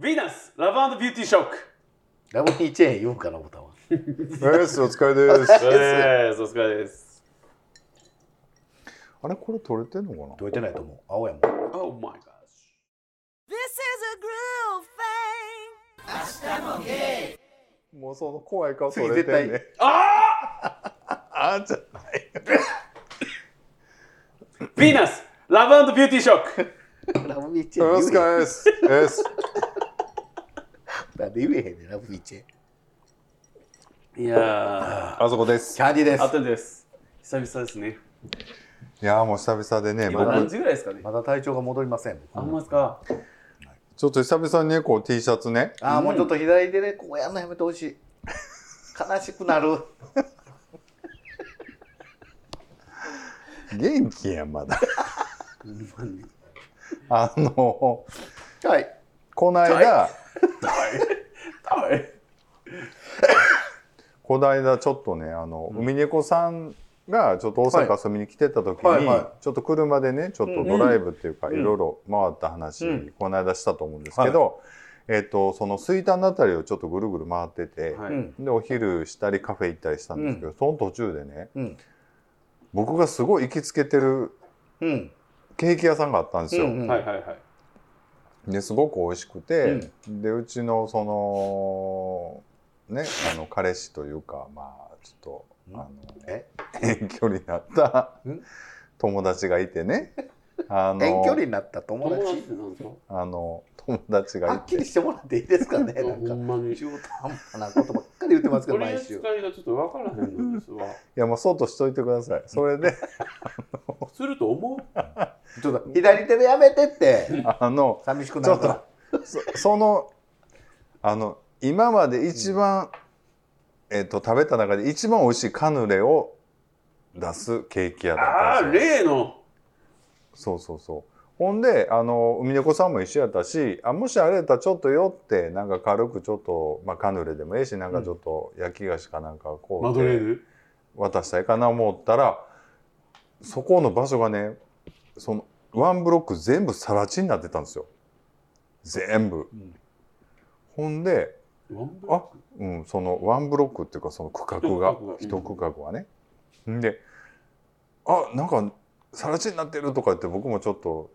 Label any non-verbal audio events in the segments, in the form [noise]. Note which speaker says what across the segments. Speaker 1: ヴィーナスラブビューティーショック
Speaker 2: ラブニチェーン言おうかな思ったわ
Speaker 3: ですお疲れです
Speaker 1: お疲れですお疲れです
Speaker 3: あれこれ取れてんのか
Speaker 2: 解いてないと思う青やもん
Speaker 1: Oh my gosh
Speaker 4: This is a groove thing.
Speaker 3: なもうその怖い顔
Speaker 2: 次
Speaker 3: 取れてんね
Speaker 1: あ
Speaker 3: あんちゃん
Speaker 1: ーヴィーナスラブビューティーショック
Speaker 2: ラブニチェ
Speaker 3: お
Speaker 2: ーン言え
Speaker 3: 疲れですです
Speaker 2: へんなんで言えへんねんラブニチェーン
Speaker 1: いや
Speaker 3: あそこです
Speaker 2: キャンディーで
Speaker 1: ーあ
Speaker 2: す
Speaker 1: とです久々ですね
Speaker 3: いやーもう久々でね
Speaker 1: 今何
Speaker 3: 僕
Speaker 1: 時ぐらいですかね
Speaker 2: まだ体調が戻りません
Speaker 1: あんまですか
Speaker 3: ちょっと久々にねこう T シャツね
Speaker 2: あーもうちょっと左手でこうやんのやめてほしい悲しくなる
Speaker 3: 元気やんまだあの
Speaker 2: はい
Speaker 3: こないだ
Speaker 1: はい
Speaker 3: こないだちょっとねあの、海猫さんがちょっと大阪遊びに来てた時に、
Speaker 2: はいはい
Speaker 3: ちょっと車でねちょっとドライブっていうか、いろいろ回った話、
Speaker 2: うん
Speaker 3: この間したと思うんですけど、えっとその吹田のあたりをちょっとぐるぐる回ってて、
Speaker 1: は
Speaker 2: う
Speaker 1: い
Speaker 2: ん
Speaker 3: でお昼したりカフェ行ったりしたんですけど、その途中でね
Speaker 2: うん
Speaker 3: 僕がすごい行きつけてる
Speaker 2: うん
Speaker 3: ケーキ屋さんがあったんですよ。
Speaker 2: うん
Speaker 1: はいはいはい
Speaker 3: ですごく美味しくて、でうちのそのねあの彼氏というかまあちょっ
Speaker 2: ん
Speaker 3: とあの
Speaker 2: え
Speaker 3: 遠距離になった
Speaker 2: ん
Speaker 3: 友達がいてねあの
Speaker 2: 遠距離になった友
Speaker 1: 友達
Speaker 2: 達
Speaker 1: ってなんですか
Speaker 3: あの友達が
Speaker 2: はいっきり
Speaker 3: て
Speaker 2: してもらっていいですかねな
Speaker 1: ほ
Speaker 2: んか
Speaker 1: んまに
Speaker 2: 中途半端なことばっかり言ってますけど
Speaker 1: 取り
Speaker 2: 毎
Speaker 1: 扱
Speaker 2: 週
Speaker 1: いがちょっとわからへんのです
Speaker 3: [laughs]
Speaker 1: わ
Speaker 3: いやもうそうとしといてくださいそ
Speaker 2: [laughs]
Speaker 3: れで
Speaker 1: すると思う
Speaker 2: ちょっと左手でやめてって
Speaker 3: あの
Speaker 2: 寂しく
Speaker 3: ち
Speaker 2: な
Speaker 3: ょ
Speaker 2: る
Speaker 3: っ
Speaker 2: から
Speaker 3: とそそのあの今まで一番、えっと食べた中で一番美味しいカヌレを出すケーキ屋だ
Speaker 1: あ
Speaker 3: っ
Speaker 1: あ
Speaker 3: たん
Speaker 1: ー
Speaker 3: で
Speaker 1: 例
Speaker 3: すよ。
Speaker 1: の
Speaker 3: そうそうそうほんであの海猫さんも一緒やったしあもしあれやったらちょっと寄ってなんか軽くちょっと、まあ、カヌレでもええしなんかちょっと焼き菓子かなんかこう
Speaker 1: マドレーヌ
Speaker 3: 渡したいかな思ったらそこの場所がねそのワンブロック全部更地になってたんですよ全部、
Speaker 2: ん
Speaker 3: ほんで、
Speaker 1: ワンブ
Speaker 3: あうん、そのワンブロックっていうかその区画が
Speaker 1: 一
Speaker 3: 一
Speaker 1: 区画
Speaker 3: 区画はね、ん、であなんか更地になってるとか言って僕もちょっと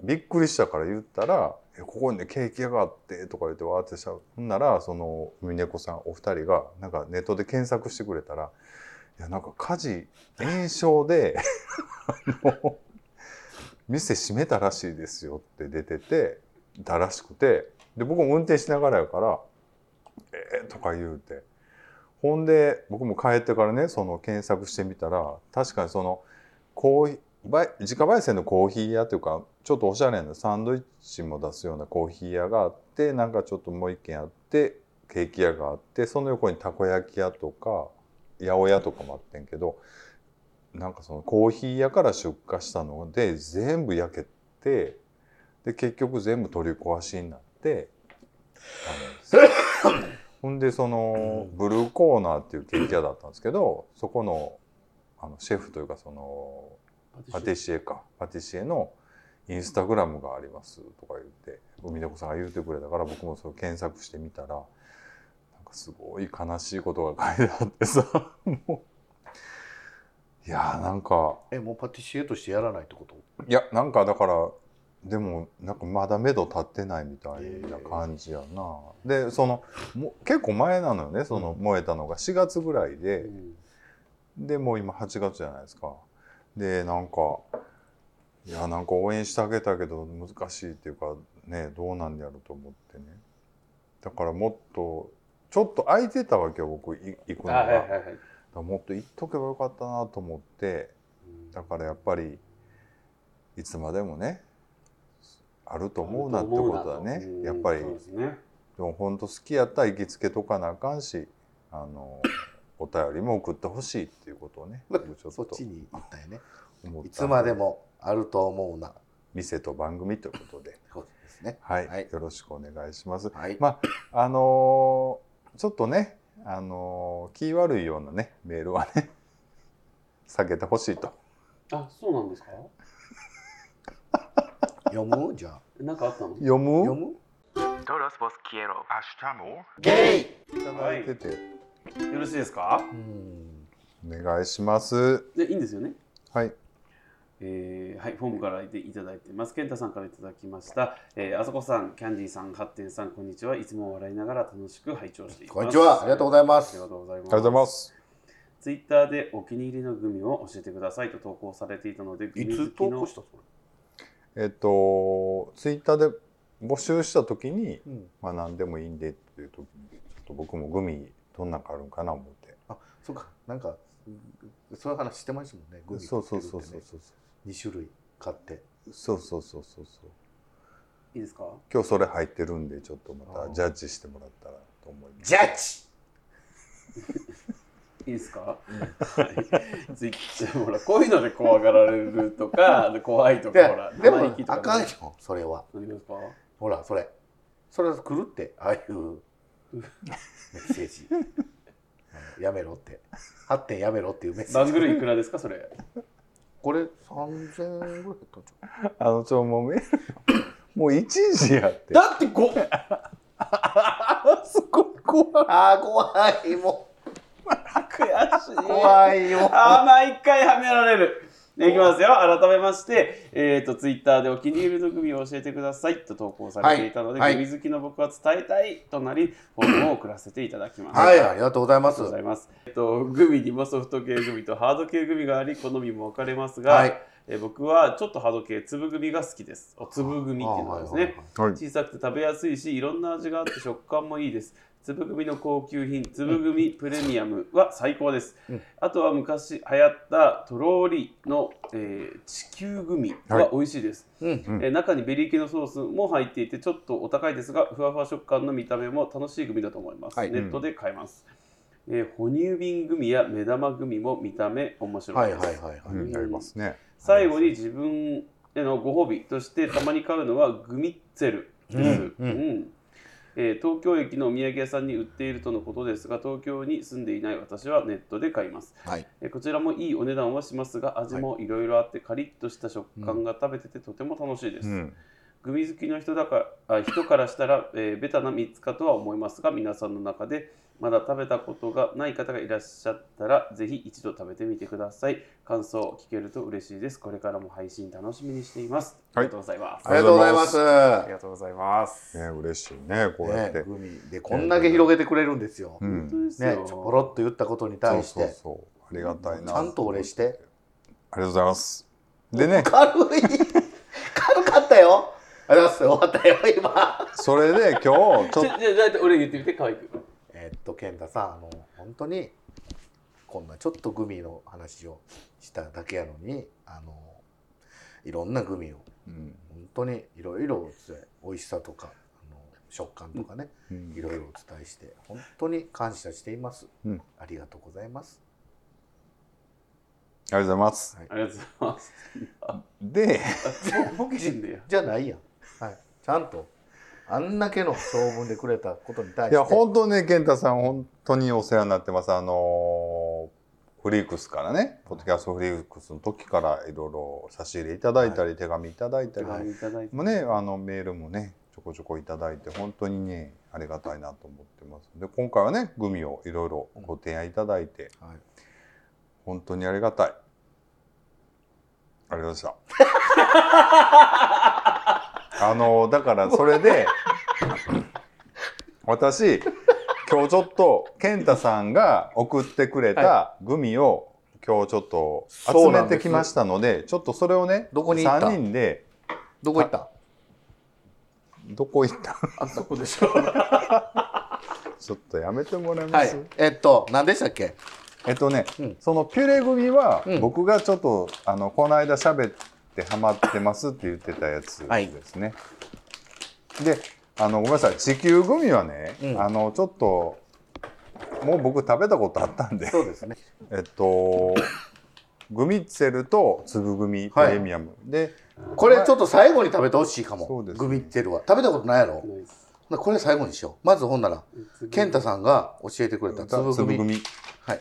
Speaker 3: びっくりしたから言ったら「えここにねケーキ屋があって」とか言ってわーってしちゃうほんならその海猫さんお二人がなんかネットで検索してくれたら「いやなんか火事炎症で [laughs] あの店閉めたらしいですよ」って出ててだらしくてで僕も運転しながらやから「えー」とか言うてほんで僕も帰ってからねその検索してみたら確かにそのコーヒーばい自家焙煎のコーヒー屋というかちょっとおしゃれなサンドイッチも出すようなコーヒー屋があってなんかちょっともう一軒あってケーキ屋があってその横にたこ焼き屋とか八百屋とかもあってんけどなんかそのコーヒー屋から出荷したので全部焼けてで結局全部取り壊しになってあのほんでそのブルーコーナーっていうケーキ屋だったんですけどそこのあのシェフというかそのパティシエかパティシエのインスタグラムがありますとか言って海猫さんが言うてくれたから僕もそれ検索してみたらなんかすごい悲しいことが書いてあってさもういやーなんか
Speaker 2: えもうパティシエとしてやらないってこと
Speaker 3: いやなんかだからでもなんかまだ目処立ってないみたいな感じやな、でそのも結構前なのよねその燃えたのが4月ぐらいで。
Speaker 1: うん
Speaker 3: でもう今8月じゃないですか。でなんかいやなんか応援してあげたけど難しいっていうかねどうなんやろうと思ってねだからもっとちょっと空いてたわけよ僕い行くの
Speaker 1: あはい
Speaker 3: が、
Speaker 1: はい
Speaker 3: だか
Speaker 1: はい
Speaker 3: らもっと行っとけばよかったなと思ってだからやっぱりいつまでもねあると思うなってことだね
Speaker 1: うん
Speaker 3: やっぱり
Speaker 1: そうですね
Speaker 3: でも本当好きやったら行きつけとかなあかんしあのお便りも送ってほしいっていうことをね僕ちょっ
Speaker 2: そっ
Speaker 3: と
Speaker 2: ちに行ったよね
Speaker 3: 思った
Speaker 2: いつまでもあると思うな
Speaker 3: 店と番組ということで、
Speaker 2: そうですね
Speaker 3: はい
Speaker 2: はい
Speaker 3: よろしくお願いします。
Speaker 2: はい
Speaker 3: まあのーちょっとね、あのー気悪いようなねメールはね避けてほしいと。
Speaker 1: あそうなんですか
Speaker 2: 読むじゃあ [laughs]
Speaker 1: なんかあったの
Speaker 3: 読む
Speaker 2: 読む
Speaker 5: Todos vos quiero.
Speaker 2: ゲイ
Speaker 3: いただいてて、
Speaker 1: よろしいですか
Speaker 3: お願いします。
Speaker 1: でいいんですよね
Speaker 3: はい。
Speaker 1: えーはい、フォームからいていただいてます。健太さんからいただきました。えーあそこさん、キャンディーさん、ハッテンさん、こんにちは。いつも笑いながら楽しく拝聴しています。
Speaker 2: こんにちはありがとうございま
Speaker 1: あ
Speaker 2: す
Speaker 1: りがとうございま
Speaker 3: あり
Speaker 1: す。
Speaker 3: がとうございます。
Speaker 1: ツイッターでお気に入りのグミを教えてくださいと投稿されていたので、グ
Speaker 2: い
Speaker 1: ミ好
Speaker 2: つ
Speaker 1: き
Speaker 2: 投
Speaker 1: の
Speaker 2: 稿したそれ
Speaker 3: えっと、ツイッターで募集したときに、
Speaker 2: うん
Speaker 3: まあ何でもいいんでっていうときに、ちょっと僕もグミどんなんかあるんかな思って。
Speaker 2: そうかなんかそういう話してましたもんねグミ
Speaker 3: そうそうそうそうそう。
Speaker 2: 2種類買って
Speaker 3: そうそうそうそうそう。
Speaker 1: いいですか
Speaker 3: 今日それ入ってるんで、ちょっとま
Speaker 2: あ
Speaker 3: た
Speaker 2: ー
Speaker 3: ジャッジしてもらったらと思います。
Speaker 2: ジャッジ
Speaker 1: いいですか、はい [laughs] ツイッターほら、こういうので怖がられるとか、怖いとか、ほら、
Speaker 2: で
Speaker 1: 生
Speaker 2: も
Speaker 1: 意気と
Speaker 2: あかん
Speaker 1: ね
Speaker 2: よそれは
Speaker 1: 何がですか
Speaker 2: ほらそれそれは来るってああ
Speaker 3: [laughs]
Speaker 2: いうメッセージやめろって8点やめろっていうメッセー
Speaker 1: バン
Speaker 2: ジ
Speaker 1: グルいくらですか、それ。
Speaker 2: これ3000円ぐらいだったんちゃ
Speaker 3: あの、ちょ、もうメール、もう1時やって
Speaker 2: う。だってこすごい怖いあー怖いも
Speaker 1: 悔し
Speaker 2: う怖いよ
Speaker 1: あー毎回はめられる。ねいきますよ。改めまして、えっ、と、ツイッターでお気に入りのグミを教えてくださいと投稿されていたので、
Speaker 2: はい
Speaker 1: グミ好きの僕は伝えたいとなり、フォームを送らせていただきます。
Speaker 2: はい
Speaker 1: あり
Speaker 2: ありがとうございま
Speaker 1: が
Speaker 2: す
Speaker 1: とうございます。えっと、グミにもソフト系グミとハード系グミがあり、好みも分かれますが、
Speaker 2: はい
Speaker 1: えー僕はちょっとハード系、粒グミが好きです。お粒グミっていうのはですね。
Speaker 3: はい。
Speaker 1: 小さくて食べやすいしいろんな味があって食感もいいです粒組の高級品粒組プレミアムは最高です、
Speaker 2: うん
Speaker 1: あとは昔流行ったとろーりの、えー地球組は美味しいです、
Speaker 2: うん
Speaker 3: うん
Speaker 1: えー中にベリー系のソースも入っていてちょっとお高いですがふわふわ食感の見た目も楽しい組だと思います、
Speaker 2: はい
Speaker 1: ネットで買えます、えー哺乳瓶組や目玉組も見た目面白
Speaker 2: はいい
Speaker 1: です、
Speaker 2: はいはいはい、
Speaker 3: うん、やりますね。
Speaker 1: 最後に自分へのご褒美としてたまに買うのはグミッツェルです、
Speaker 2: うんうん
Speaker 1: えー東京駅のお土産屋さんに売っているとのことですが東京に住んでいない私はネットで買います、
Speaker 2: はい
Speaker 1: えーこちらもいいお値段はしますが味もいろいろあってカリッとした食感が食べててとても楽しいです、
Speaker 3: うん。
Speaker 1: グミ好きの人だからあ人からしたら、えーベタな3つかとは思いますが皆さんの中でまだ食べたことがない方がいらっしゃったらぜひ一度食べてみてください感想を聞けると嬉しいですこれからも配信楽しみにしています、
Speaker 3: はい
Speaker 1: ありがとうございます
Speaker 2: ありがとうございます
Speaker 1: ありがとうございます、
Speaker 3: ね、嬉しいね、こうやって。
Speaker 2: ね、グミでこんだけ広げてくれるんですよ、
Speaker 3: う
Speaker 1: 本当
Speaker 3: ん。
Speaker 1: ですよ、
Speaker 2: ねちょぽろっと言ったことに対して
Speaker 3: そうそうそう。ありがたいな。
Speaker 2: ちゃんとお礼して。
Speaker 3: ありがとうございます。でね、
Speaker 2: 軽い軽かったよありがとうございます終わったよ今
Speaker 3: それで今日、ちょっ
Speaker 1: ちょじゃあだって俺言ってみて可愛く
Speaker 2: えっと健太さんあの本当にこんなちょっとグミの話をしただけやのにあのいろんなグミを
Speaker 3: うん
Speaker 2: 本当にいろいろお伝え美味しさとかあの食感とかね
Speaker 3: うん
Speaker 2: いろいろお伝えして本当に感謝しています、
Speaker 3: うん
Speaker 2: ありがとうございます
Speaker 3: ありがとうございます。
Speaker 1: ありがとうござい
Speaker 2: [laughs]
Speaker 1: ます
Speaker 3: で、
Speaker 1: ボケてんだよ
Speaker 2: じゃないやん、はい、ちゃんとあんだけの長文でくれたことに対し
Speaker 3: い
Speaker 2: て
Speaker 3: や、本当ね、健太さん、本当にお世話になってます。あのーフリークスからね、ポッドキャストフリークスの時からいろいろ差し入れいただいたり、手紙いただいたり、
Speaker 2: はい
Speaker 1: いただいて
Speaker 3: もうね、あのメールもね、ちょこちょこいただいて、本当にね、ありがたいなと思ってます。で、今回はね、グミをいろいろご提案いただいて、
Speaker 2: はい
Speaker 3: 本当にありがたい。ありがとうございま
Speaker 2: [laughs]
Speaker 3: した。あのだからそれで私今日ちょっと健太さんが送ってくれたグミを今日ちょっと集めてきましたのでちょっとそれをね
Speaker 2: どこに行った
Speaker 3: 3人で
Speaker 2: どこ行った
Speaker 3: どこ行った
Speaker 1: あそこで
Speaker 3: [laughs]
Speaker 1: しょ
Speaker 3: ちょっとやめてもらえま
Speaker 2: は
Speaker 3: す、
Speaker 2: いえっと何でしたっけ
Speaker 3: えっとね、
Speaker 2: うん
Speaker 3: そのピュレ組は、
Speaker 2: うん
Speaker 3: 僕がちょっとあのこの間喋ってハマってますって言ってたやつ
Speaker 2: はい
Speaker 3: ですね、であのごめんなさい地球組はね、
Speaker 2: うん
Speaker 3: あのちょっともう僕食べたことあったんで
Speaker 2: そうですね
Speaker 3: えっとグミッツェルと粒組プレミアム、で
Speaker 2: これちょっと最後に食べてほしいかも、
Speaker 3: そうですね
Speaker 2: グミッツェルは食べたことないやろなこれ最後にしようまずほんなら健太さんが教えてくれた粒
Speaker 3: 粒
Speaker 2: グミ
Speaker 3: 組
Speaker 2: はい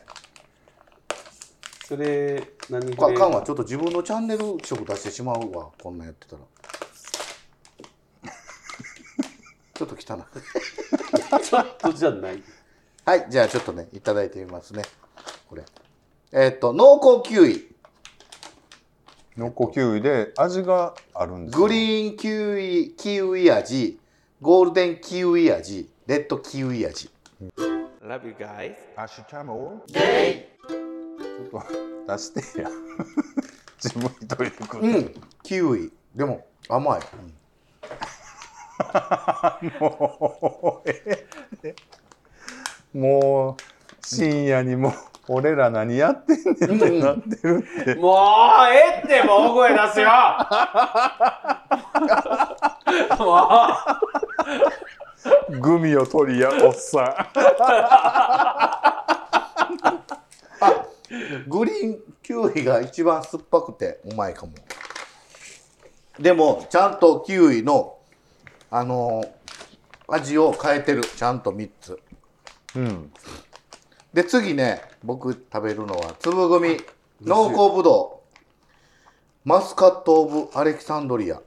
Speaker 1: それ何
Speaker 2: こ
Speaker 1: フ
Speaker 2: あ
Speaker 1: レー
Speaker 2: かんわちょっと自分のチャンネル色出してしまうわこんなんやってたら [laughs] ちょっと汚い [laughs]
Speaker 1: ちょっとじゃない。
Speaker 2: はい、じゃあちょっとね、いただいてみますね。これ。えっ、と、濃厚キウイ、
Speaker 3: 濃厚キウイで味があるんですよ
Speaker 2: グリーンキウイ、キウイ味、ゴールデンキウイ味、レッドキウイ味。
Speaker 1: Love you guys.
Speaker 3: アッシュチャムちょっと出してや [laughs] 自分一人で食う、
Speaker 2: うん、キウイ。でも、甘い。うん
Speaker 3: もうええもう深夜にもう俺ら何やってんねんってなってるって、
Speaker 1: もうええってもう大声出すよ。も
Speaker 3: グミを取りやおっさ
Speaker 2: グリーンキウイが一番酸っぱくてうまいかも。でも、ちゃんとキウイの、あのー味を変えてる。ちゃんと3つ。
Speaker 3: ん、うん、
Speaker 2: で次ね僕食べるのは粒組濃厚ぶどうマスカット・オブ・アレキサンドリア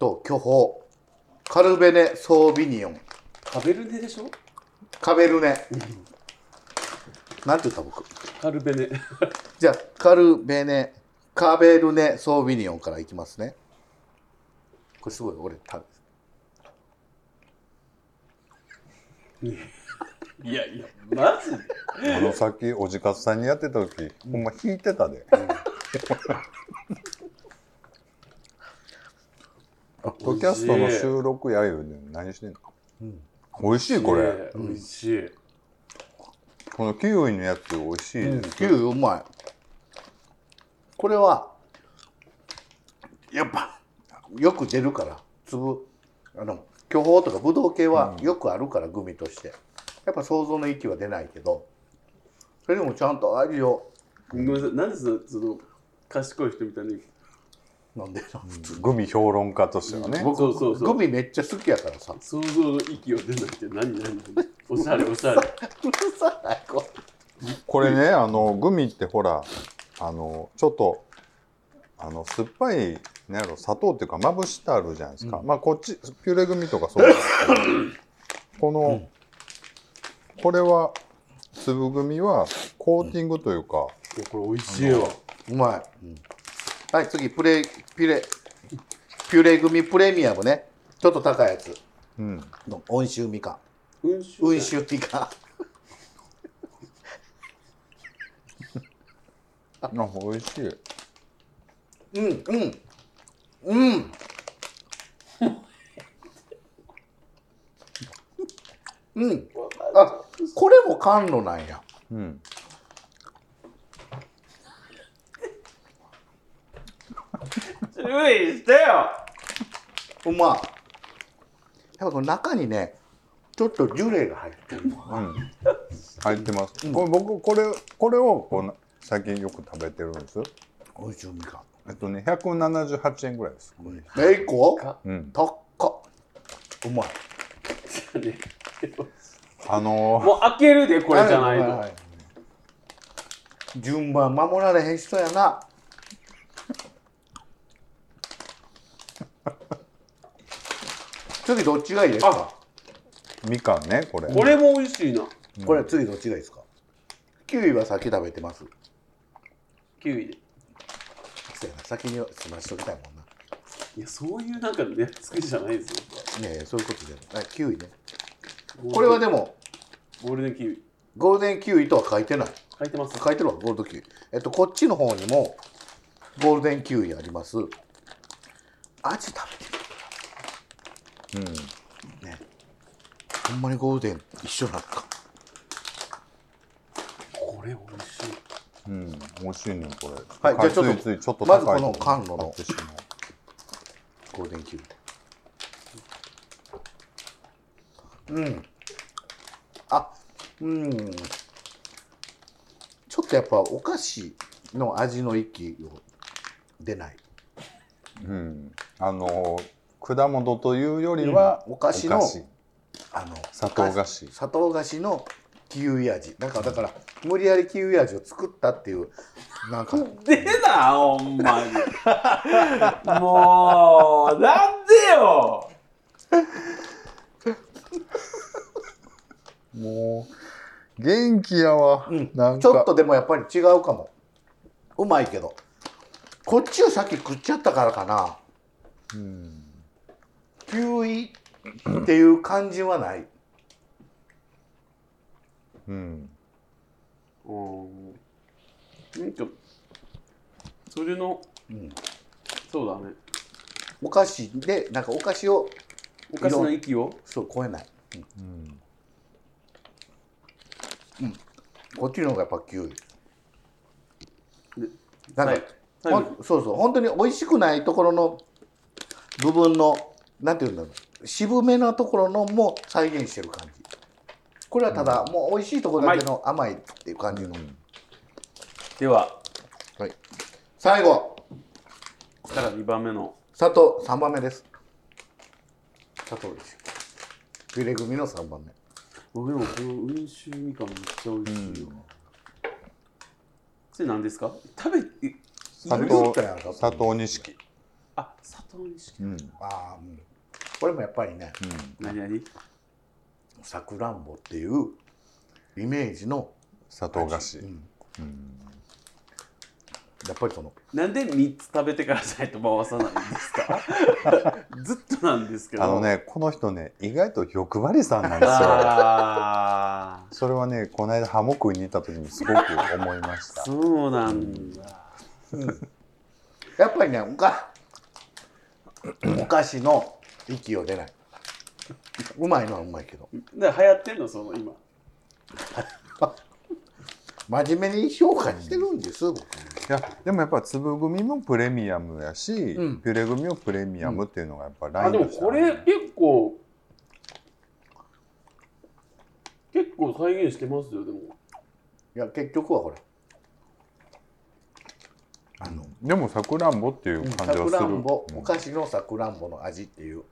Speaker 2: と巨峰カルベネ・ソービニオン
Speaker 1: うカベルネでしょ？
Speaker 2: カベルネなんて言った僕
Speaker 1: カルベネ。
Speaker 2: じゃあカルベネカベルネ・ソービニオンからいきますねこれすごい俺食
Speaker 1: いやいやマジで。
Speaker 3: あのさっきおじかつさんにやってた時ほんま引いてたで、ポッドキャストの収録やよね何してんの、
Speaker 2: うん
Speaker 3: 美味しいこれ
Speaker 1: 美味しい。
Speaker 3: このキウイのやつ美味しいです、
Speaker 2: キウイうまいこれはやっぱよく出るから粒あの巨峰とかブドウ系はよくあるから、グミとしてやっぱ想像の域は出ないけどそれでもちゃんと味を
Speaker 1: ごめんなさい。なんでそのその賢い人みたいに。
Speaker 2: なんでな普通
Speaker 3: グミ評論家としてはね、
Speaker 1: そうそうそう
Speaker 2: グミめっちゃ好きやからさ
Speaker 1: 想像の域を出ないって何何何。おしゃれおしゃれ。
Speaker 2: うるさいこ
Speaker 3: これねあのグミってほらあのちょっとあの酸っぱいなんやろ砂糖っていうかまぶしてあるじゃないですか、まあこっちピュレグミとかそうなんですけどこの、これは粒グミはコーティングというか、
Speaker 1: いやこれ美味しいわ。
Speaker 2: うまい、うんはい次プレピュレピュレグミプレミアムねちょっと高いやつ
Speaker 3: うん、
Speaker 2: の温州みかん
Speaker 1: うんし
Speaker 2: 温州みかん
Speaker 3: あ美味しい
Speaker 2: うんうんうんうんあこれも甘露なんや
Speaker 3: うん
Speaker 1: 注意してよ。
Speaker 2: うまいやっぱこの中にねちょっとジュレが入ってる
Speaker 3: うん入ってます、これ僕これこれをこうな最近よく食べてるんです
Speaker 2: おいしゅうみか
Speaker 3: えっとね178円ぐらいです、
Speaker 2: んえいこ
Speaker 3: うん、
Speaker 2: たっかうまい
Speaker 3: あのー
Speaker 1: もう開けるでこれじゃない
Speaker 2: は
Speaker 1: の
Speaker 2: は。は順番守られへん人やな [laughs] 次どっちがいいですか
Speaker 1: あ
Speaker 3: みかんねこれ
Speaker 1: これも美味しいな。
Speaker 2: これ次どっちがいいですかキウイは先食べてます
Speaker 1: キウイで。
Speaker 2: せやな先に済ましときたいもんない
Speaker 1: やそういうなんかね作りじゃないですよ。
Speaker 2: いやいやそういうことじゃないあキウイねこれはでも
Speaker 1: ゴールデンキウイ
Speaker 2: ゴールデンキウイとは書いてない
Speaker 1: 書いてます。
Speaker 2: 書いてるわゴールドキウイえっとこっちの方にもゴールデンキウイあります味食べて
Speaker 3: う
Speaker 2: るほんまにゴールデン一緒なんか
Speaker 1: これ美味しい。
Speaker 3: ん、うん、美味しいねこ
Speaker 2: は
Speaker 3: れ。
Speaker 2: いじゃあちょっと
Speaker 3: ついついちょっと
Speaker 2: まずこの缶の
Speaker 3: 買ってしまう
Speaker 2: ゴールデンキウイうんあうんちょっとやっぱお菓子の味の域を出ない
Speaker 3: うん、あの果物というよりは、
Speaker 2: うんお菓子のあの
Speaker 3: 砂糖菓子
Speaker 2: 砂糖菓子のキウイ味だからだから無理やりキウイ味を作ったっていうなんか
Speaker 1: 出たほんまに。もうなんでよ。
Speaker 3: もう、元気やわ。
Speaker 2: うん
Speaker 3: なんか
Speaker 2: ちょっとでもやっぱり違うかもうまいけどこっちをさっき食っちゃったからかな
Speaker 3: うん。
Speaker 2: キウイっていう感じはない
Speaker 3: うん。
Speaker 1: うんなんかそれの、
Speaker 2: うん
Speaker 1: そうだね
Speaker 2: お菓子でなんかお菓子を
Speaker 1: お菓子の域を
Speaker 2: そう超えない
Speaker 3: うん。
Speaker 2: こっちの方がやっぱキウイ
Speaker 1: で
Speaker 2: なんか、
Speaker 1: はい最
Speaker 2: ほ
Speaker 1: 後
Speaker 2: んそうそう本当に美味しくないところの部分のなんていうんだろう渋めなところのも再現してる感じこれはただ、もう美味しいところだけの甘いっていう感じの、
Speaker 1: では
Speaker 2: 最後
Speaker 1: から2番目の
Speaker 2: 佐藤3番目です佐藤ですよフィレ組の3番目
Speaker 1: あでもこの温州みかんめっちゃ美味しいよ、
Speaker 3: う
Speaker 1: それ何ですか食べえ
Speaker 3: 砂
Speaker 2: 言
Speaker 3: 糖
Speaker 2: うたやん佐藤
Speaker 3: 佐藤錦。
Speaker 1: あ砂糖にして
Speaker 3: うん。
Speaker 2: ああうんこれもやっぱりね
Speaker 1: 何々
Speaker 2: さくらんぼっていうイメージの、
Speaker 3: 砂糖菓子
Speaker 2: う。ん、
Speaker 3: うん。
Speaker 2: やっぱりその
Speaker 1: なんで3つ食べてからじゃないと回さないんですかずっとなんですけど
Speaker 3: あのね、この人ね、意外と欲張りさんなんですよ。
Speaker 1: ああ
Speaker 3: それはね、この間ハモクに行った時にすごく思いました。
Speaker 1: そうなんだ
Speaker 2: やっぱりねおかお菓子の息を出ないうまいのはうまいけど
Speaker 1: で流行ってんのその今
Speaker 2: 真面目に評価してるんです僕
Speaker 3: いやでもやっぱ粒組もプレミアムやし、
Speaker 2: うん
Speaker 3: ピュレ組もプレミアムっていうのがやっぱラ
Speaker 1: あ
Speaker 3: イ
Speaker 1: で
Speaker 3: ン
Speaker 1: も
Speaker 3: としてあ
Speaker 1: こ
Speaker 3: るね
Speaker 1: れ結構結構再現してますよでも
Speaker 2: いや結局はほらあの
Speaker 3: でもさくらんぼっていう
Speaker 2: さ
Speaker 3: 感じは
Speaker 2: く
Speaker 3: す
Speaker 2: ら
Speaker 3: る、
Speaker 2: んぼ
Speaker 3: うん
Speaker 2: お菓子のさくらんぼの味っていう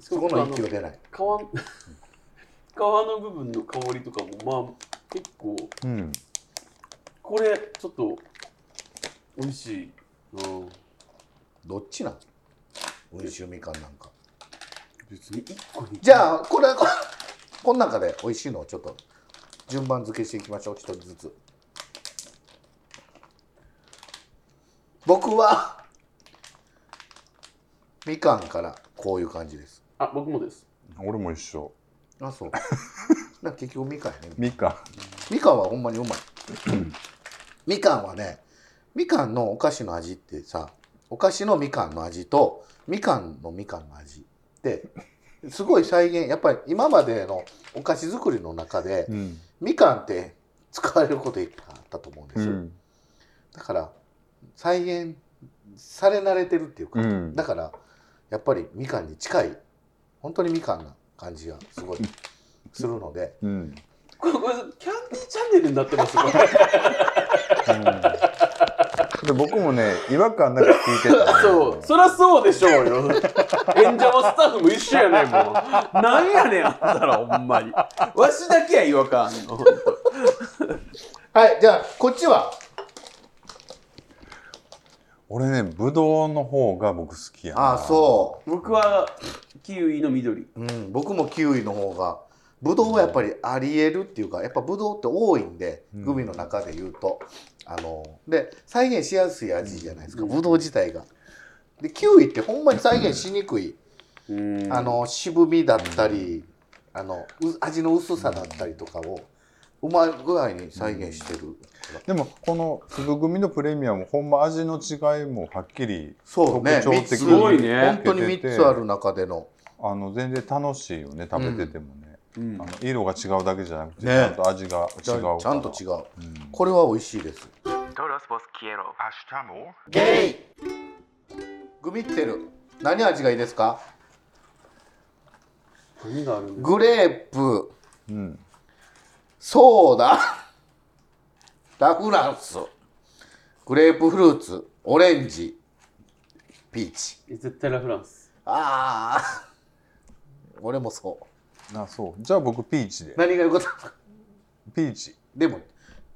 Speaker 1: しか
Speaker 2: そ
Speaker 1: も
Speaker 2: こ
Speaker 1: あ
Speaker 2: の
Speaker 1: の
Speaker 2: 息を出ない
Speaker 1: 皮の皮 [laughs] の部分の香りとかもまあ結構
Speaker 3: うん
Speaker 1: これちょっと美味しいうん
Speaker 2: どっちなん温州みかんなんか
Speaker 1: 別に1個に
Speaker 2: じゃあこれこ [laughs] この中で美味しいのをちょっと順番付けしていきましょう一人ずつ僕はみかんからこういう感じです
Speaker 1: あ僕もです
Speaker 3: 俺も一緒
Speaker 2: あそうなんか結局みかんやね
Speaker 3: みか
Speaker 2: みかんはほんまにう [clears throat] まいみかんはねみかんのお菓子の味ってさお菓子のみかんの味とみかんのみかんの味ってすごい再現やっぱり今までのお菓子作りの中で
Speaker 3: ん、うん
Speaker 2: みかんって使われることいっぱいあったと思うんですよ、だから再現され慣れてるっていうか、
Speaker 3: うん
Speaker 2: だからやっぱりみかんに近い本当にみかんな感じがすごいするので
Speaker 3: うんうん、
Speaker 1: これこれキャンディーチャンネルになってます [laughs] よこれ
Speaker 3: で僕もね違和感なく聞いてた、ね、
Speaker 1: そうそりゃそうでしょうよ演者もスタッフも一緒やねんもうなんやねんあんたらほんまにわしだけや違和感あんのほんと
Speaker 2: はいじゃあこっちは
Speaker 3: 俺ねぶどうの方が僕好きやな
Speaker 2: ああそ
Speaker 1: 僕はキウイの緑
Speaker 2: う、うん、僕もキウイの方がブドウはやっぱりありえるっていうかやっぱブドウって多いんで
Speaker 3: うん
Speaker 2: グミの中で言うと、あので再現しやすい味じゃないですか、ブドウ自体が。でキウイってほんまに再現しにくい、あの渋みだったり、あのう味の薄さだったりとかをうまい具合に再現してる、
Speaker 3: でもこの粒組のプレミアムほんま味の違いもはっきり
Speaker 2: そうね
Speaker 3: 特徴
Speaker 2: 三
Speaker 3: 的
Speaker 2: つ
Speaker 1: すごいね
Speaker 2: 本当に3つある中での
Speaker 3: あの全然楽しいよね食べててもね、
Speaker 1: うん
Speaker 3: あの色が違うだけじゃなくて、
Speaker 2: ね
Speaker 3: ちゃんと味が
Speaker 2: ち
Speaker 3: 違
Speaker 2: ゃ
Speaker 3: うから
Speaker 2: んちゃんと違う
Speaker 3: うん
Speaker 2: これは美味しいです
Speaker 5: Todos vos quiero.
Speaker 2: ゲイグミッツェル何味がいいですか
Speaker 1: 何があるんですか
Speaker 2: グレープ
Speaker 3: うん
Speaker 2: ソーダラフランスグレープフルーツオレンジピーチ
Speaker 1: え絶対ラフランス
Speaker 2: ああ俺もそう
Speaker 3: あそうじゃあ僕ピーチで
Speaker 2: 何が良かったか
Speaker 3: ピーチ
Speaker 2: でも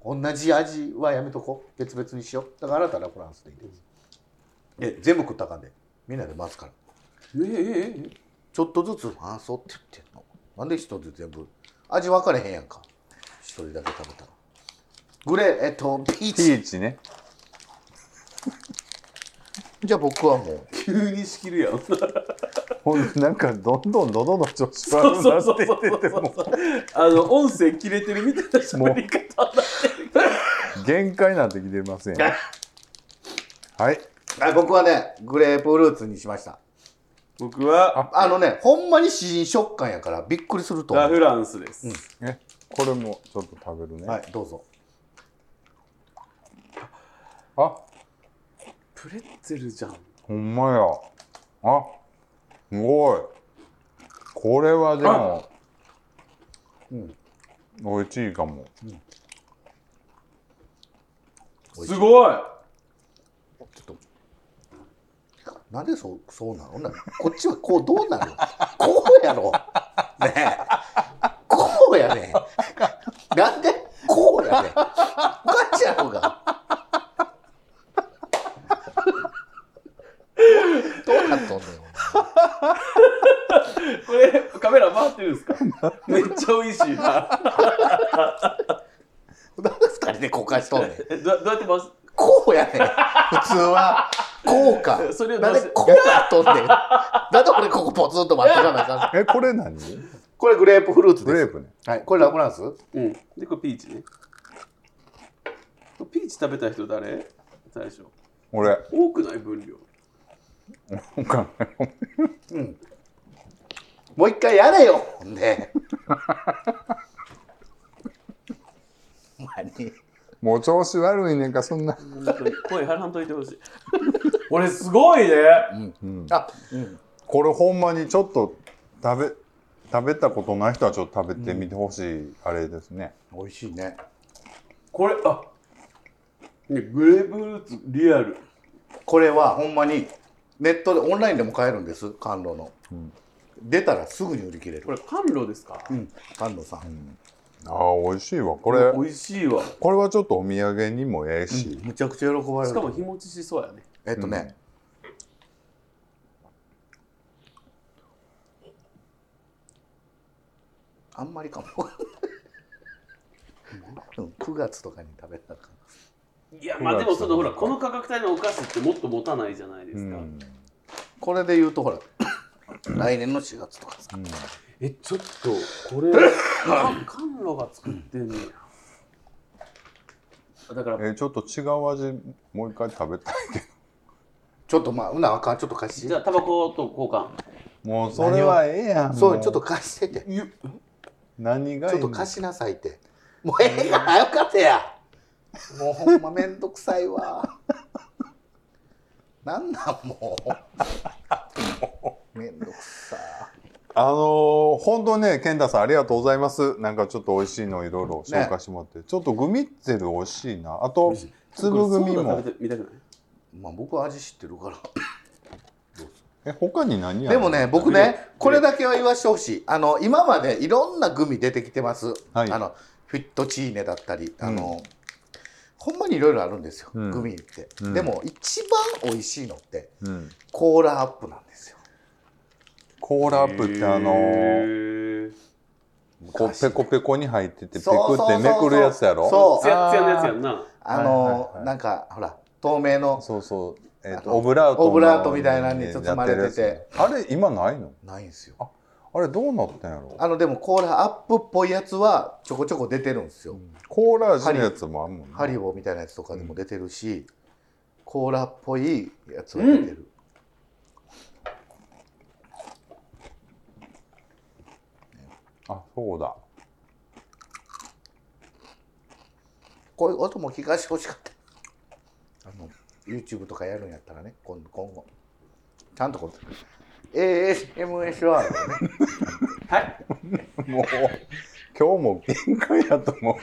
Speaker 2: 同じ味はやめとこう別々にしようだからあなたはラフランスでいいですえ全部食ったらあかんでみんなで待つから
Speaker 1: えええええ
Speaker 2: ちょっとずつああそうって言ってんのなんで一つ全部味分かれへんやんか一人だけ食べたらグレーえっとピー
Speaker 3: ピ
Speaker 2: チ
Speaker 3: ーチね
Speaker 2: じゃあ僕はもう
Speaker 1: 急に仕切るやん。そう
Speaker 3: ほんでなんかどんどん喉の調子悪く
Speaker 1: そ
Speaker 3: な
Speaker 1: う
Speaker 3: っ
Speaker 1: そう
Speaker 3: てい
Speaker 1: そ
Speaker 3: ってて
Speaker 1: う
Speaker 3: も
Speaker 1: そう。あの音声切れてるみたいな喋り方だ。
Speaker 3: う限界になってきてますやんはい
Speaker 2: あ僕はねグレープフルーツにしました
Speaker 1: 僕は
Speaker 2: あのねほんまに詩人食感やからびっくりすると思
Speaker 1: ラ
Speaker 2: う
Speaker 1: フランスです。
Speaker 2: うん
Speaker 3: ねこれもちょっと食べるね、
Speaker 2: はいどうぞ
Speaker 3: あ
Speaker 1: プレッツェルじゃん。
Speaker 3: ほんまやあすごいこれはでも
Speaker 2: うん
Speaker 3: 美味しいかも
Speaker 2: 美味し
Speaker 1: すごい。
Speaker 2: なんでそうそうなのなこっちはこうどうなのこうやろねえこうやねんなんでこうやねんこっちやろうがどうなっとんねん
Speaker 1: これカメラ回ってるんですか。めっちゃ美味しいな。
Speaker 2: お前なんですかねこかしとんねん
Speaker 1: えどどうやって回す？
Speaker 2: こうやねん普通はこうか
Speaker 1: それをど
Speaker 2: なん
Speaker 1: うし
Speaker 2: でこうやっとんねんなんで俺ここポツンと待ってかなあかん
Speaker 3: えこれ何
Speaker 2: これグレープフルーツ
Speaker 3: グレープね
Speaker 2: はいこれラフランス
Speaker 1: うん。でこれピーチね。これピーチ食べた人誰？最初。
Speaker 3: 俺
Speaker 1: 多くない分量。
Speaker 3: わかんない
Speaker 2: うんもう一回やれよほんでほんまに
Speaker 3: もう調子悪いねんかそんな
Speaker 1: 本当に声張らんといてほしい。俺すごいね。
Speaker 2: あ、うん、
Speaker 3: これほんまにちょっと食べ食べたことない人はちょっと食べてみてほしいあれですね、
Speaker 2: 美味しいね
Speaker 1: これあ。ねグレープフルーツリアル。
Speaker 2: これはほんまにネットでオンラインでも買えるんです甘露の、
Speaker 3: ん
Speaker 2: 出たらすぐに売り切れる
Speaker 1: これ甘露ですか。
Speaker 2: うん甘露さん、
Speaker 3: ああ美味しいわこれ
Speaker 1: 美味しいわ。
Speaker 3: これはちょっとお土産にもええし、
Speaker 2: むちゃくちゃ喜ばれる
Speaker 1: しかも日持ちしそうやね。
Speaker 2: えっとね、あんまりかも [laughs] うん9月とかに食べたか
Speaker 1: いやまあでもそのほらこの価格帯のお菓子ってもっと持たないじゃないですか、
Speaker 3: うん
Speaker 2: これで言うとほら来年の4月とかさ
Speaker 1: えちょっとこ [laughs] れ甘甘露が作ってんねやだから
Speaker 3: えーちょっと違う味もう一回食べ
Speaker 2: [laughs]
Speaker 3: たいけど
Speaker 2: ちょっとまあうなあかんちょっと貸し
Speaker 1: じゃ
Speaker 2: て
Speaker 1: あタバコと交換
Speaker 3: もうそれはええやん
Speaker 2: そ
Speaker 3: も
Speaker 2: うちょっと貸しててち
Speaker 3: 何がいい
Speaker 2: ょっと貸しなさいってもうええが早かったやもうほんまめんどくさいわ [laughs] なんなんもうめんどくさ
Speaker 3: あのー、本当ね健太さんありがとうございますなんかちょっと美味しいのいろいろ紹介してもらって、ちょっとグミッツェル美味しいなあと粒グミ
Speaker 1: これソーダ
Speaker 3: も
Speaker 1: 食べてみたくない
Speaker 2: まあ僕は味知ってるから
Speaker 3: え他に何や
Speaker 2: でもね僕ねこれだけは言わしてほしいあの今までいろんなグミ出てきてます、
Speaker 3: はい
Speaker 2: あのフィットチーネだったりあの、ほんまにいろいろあるんですよ、
Speaker 3: うん
Speaker 2: グミって、
Speaker 3: うん
Speaker 2: でも一番美味しいのって
Speaker 3: うん、
Speaker 2: コーラアップなんですよ
Speaker 3: コーラアップってあの
Speaker 1: へ
Speaker 3: ー、
Speaker 1: ー
Speaker 3: こうペコペコに入っててペク
Speaker 2: そう
Speaker 3: ってめくるやつやろ
Speaker 2: そう
Speaker 1: ツヤツヤのやつやんな
Speaker 2: あの、
Speaker 3: はいはいはい
Speaker 2: なんかほら透明の
Speaker 3: そうそう、えー
Speaker 2: あ
Speaker 3: と
Speaker 2: の
Speaker 3: オブラートの
Speaker 2: オブラートみたいなのに包まれてて
Speaker 3: やるやつねあれ今ないの
Speaker 2: ないんですよ
Speaker 3: あれどうなってんやろ
Speaker 2: あのでもコーラアップっぽいやつはちょこちょこ出てるんですよ、
Speaker 3: コーラ味のやつもあんもんね
Speaker 2: ハリボーみたいなやつとかでも出てるし、コーラっぽいやつは出てる、
Speaker 3: あそうだ [laughs]
Speaker 2: こういう音も聞かしてほしかったあの YouTube とかやるんやったらね今度今後ちゃんとこう ASMSR をね
Speaker 1: はい
Speaker 3: もう今日も限界やと思う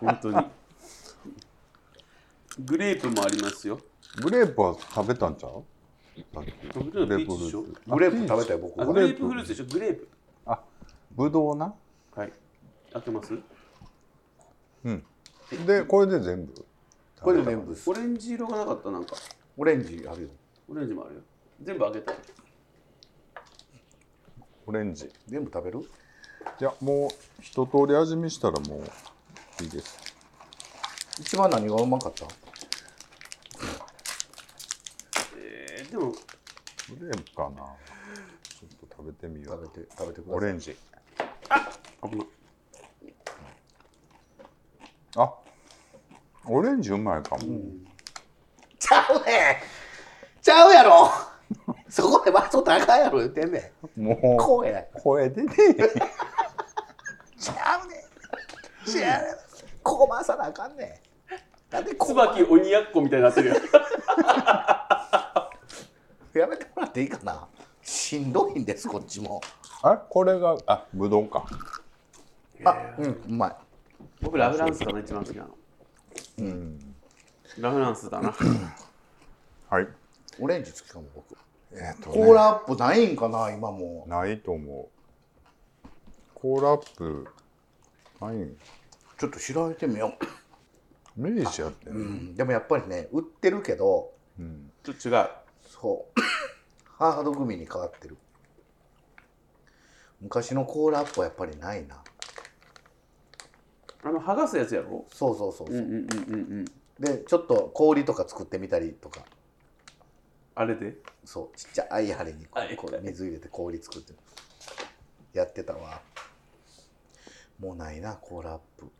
Speaker 1: 本当にグレープもありますよ
Speaker 3: グレープは食べたんちゃう
Speaker 1: 僕のピーチでしょ
Speaker 2: グレープ食べた
Speaker 1: あ
Speaker 2: よ僕
Speaker 1: グ
Speaker 2: は
Speaker 1: レープフルーツでしょグレープ
Speaker 3: ぶどうな
Speaker 1: はい合ってます
Speaker 3: でこれで全部
Speaker 2: これで全部です
Speaker 1: オレンジ色がなかったなんか
Speaker 2: オレンジあるよ
Speaker 1: オレンジもあるよ全部あげたい
Speaker 3: オレンジ
Speaker 2: 全部食べる
Speaker 3: じゃあもう一通り味見したらもういいです。
Speaker 2: 一番何がうまかった
Speaker 1: えーでも
Speaker 3: どれかなちょっと食べてみよ
Speaker 2: 食べ
Speaker 3: う。
Speaker 2: て食べてくだ
Speaker 3: オ
Speaker 2: さい
Speaker 3: レンジ。
Speaker 1: 危ない
Speaker 3: あオレンジうまいかも。
Speaker 2: ちゃうねんちゃうやろそこでバスト高いやろ言ってんねん
Speaker 3: もう
Speaker 2: 声や
Speaker 3: 声出て
Speaker 2: ちゃうねんちゃうねんここ回さなあかんねんなんでここ
Speaker 1: 椿鬼やっこみたいになってるよ
Speaker 2: やめてもらっていいかなしんどいんですこっちも
Speaker 3: あれこれがあぶどうか。
Speaker 2: あうんうまい
Speaker 1: [laughs] 僕ラフランスかな一番好きなの
Speaker 3: うん。
Speaker 1: ラフランスだ [laughs] な
Speaker 3: はい。
Speaker 2: オレンジ好きかも僕
Speaker 3: えっ、と、ね、
Speaker 2: コーラアップないんかな今も
Speaker 3: ないと思う。コーラアップないん。
Speaker 2: ちょっと調べてみよ
Speaker 3: 明治やって
Speaker 2: う、う
Speaker 3: る。
Speaker 2: ん、でもやっぱりね売ってるけど
Speaker 3: うん。
Speaker 1: ちょっと違う
Speaker 2: そう [coughs] ハードグミに変わってる昔のコーラアップはやっぱりないな
Speaker 1: あの剥がすやつやろ
Speaker 2: そうそうそうそううん
Speaker 1: うんうんうんうん
Speaker 2: でちょっと氷とか作ってみたりとか
Speaker 1: あれで
Speaker 2: そうちっちゃい針にこ
Speaker 1: は
Speaker 2: う
Speaker 1: い
Speaker 2: こう水入れて氷作ってやってたわもうないなコーラアップ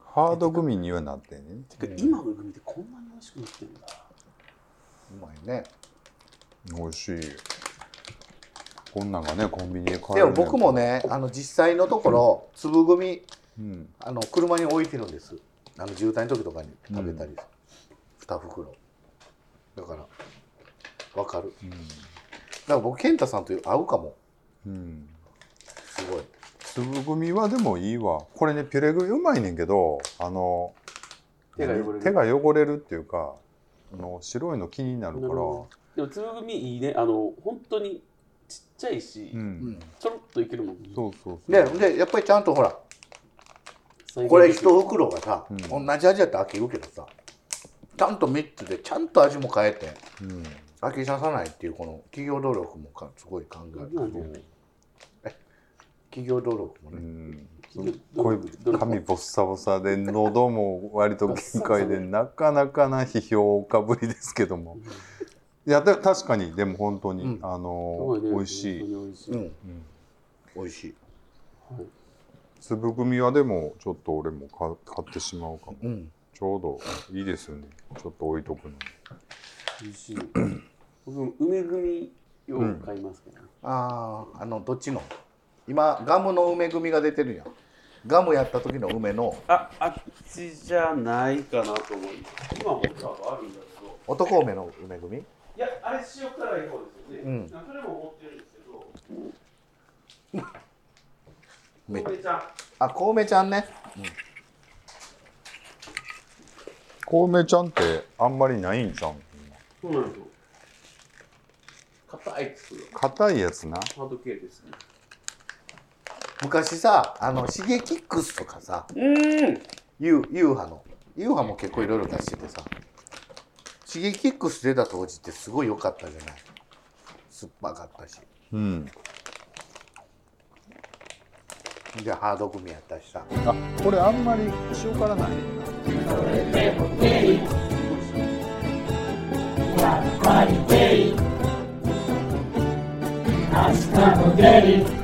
Speaker 3: ハードグミにはなってんね。
Speaker 1: てか今のグミってこんなに美味しくなってるんだ
Speaker 2: うまいね
Speaker 3: 美味しい。こんなんがねコンビニで買え
Speaker 2: で
Speaker 3: る
Speaker 2: も僕も。ねあの実際のところ粒グミ
Speaker 3: うん。
Speaker 2: あの車に置いてるんですあの渋滞の時とかに食べたり、2袋だからわかるだから僕健太さんと合うかも
Speaker 3: うん。うん。
Speaker 2: すごい
Speaker 3: 粒組はでもいいわこれねピュレグミうまいねんけどあの
Speaker 1: 手が汚れる
Speaker 3: 手が汚れるっていうかあの白いの気になるか
Speaker 1: な
Speaker 3: ら
Speaker 1: るほでも粒組いいねあの本当にちっちゃいし、
Speaker 3: う、
Speaker 2: うんん
Speaker 1: ちょろっといけるもん
Speaker 3: そうそうそう
Speaker 2: ででやっぱりちゃんとほらこれ一袋がさ、
Speaker 3: う
Speaker 2: 同じ味やったら飽きるけどさちゃんと3つでちゃんと味も変えて
Speaker 3: うん、
Speaker 2: 飽きささないっていうこの企業努力もかすごい考える
Speaker 1: なんで
Speaker 2: 企業努力も
Speaker 3: う
Speaker 2: ね、
Speaker 3: ん、こうい
Speaker 1: ど
Speaker 3: う髪ボッサボサで喉も割と限界でなかなかな批評かぶりですけどもいやで確かにでも本当に、
Speaker 2: うん
Speaker 3: あの美味しい、
Speaker 1: いしい、
Speaker 2: う、
Speaker 1: うん
Speaker 3: うん、
Speaker 2: 美味しい、
Speaker 3: 粒組はでもちょっと俺も買買ってしまうかも
Speaker 2: うん、
Speaker 3: ちょうどいいですよねちょっと置いとくの
Speaker 1: 美味しい僕も梅組を買いますけど、ね
Speaker 2: あああのどっちの今ガムの梅組が出てるやんガムやった時の梅の
Speaker 1: ああっちじゃないかなと思います今も多分あるんだけど
Speaker 2: 男梅の梅組
Speaker 1: いやあれ塩辛い方ですよね、
Speaker 2: うん
Speaker 1: それも持ってるんですけど
Speaker 2: め
Speaker 1: 梅ちゃん
Speaker 2: あ小梅ちゃんね
Speaker 3: コウメちゃんってあんまりないんじゃん
Speaker 1: そうなんですよ硬いですよ
Speaker 3: 硬いやつな
Speaker 1: ハード系ですね
Speaker 2: 昔さあのシゲキックスとかさ
Speaker 1: うん
Speaker 2: ユーユーハのユーハも結構いろいろ出しててさシゲキックス出た当時ってすごい良かったじゃない酸っぱかったし
Speaker 3: うん
Speaker 2: でハード組やったしさ
Speaker 3: あこれあんまり塩辛ないねんな
Speaker 6: Hasta Spaghetti.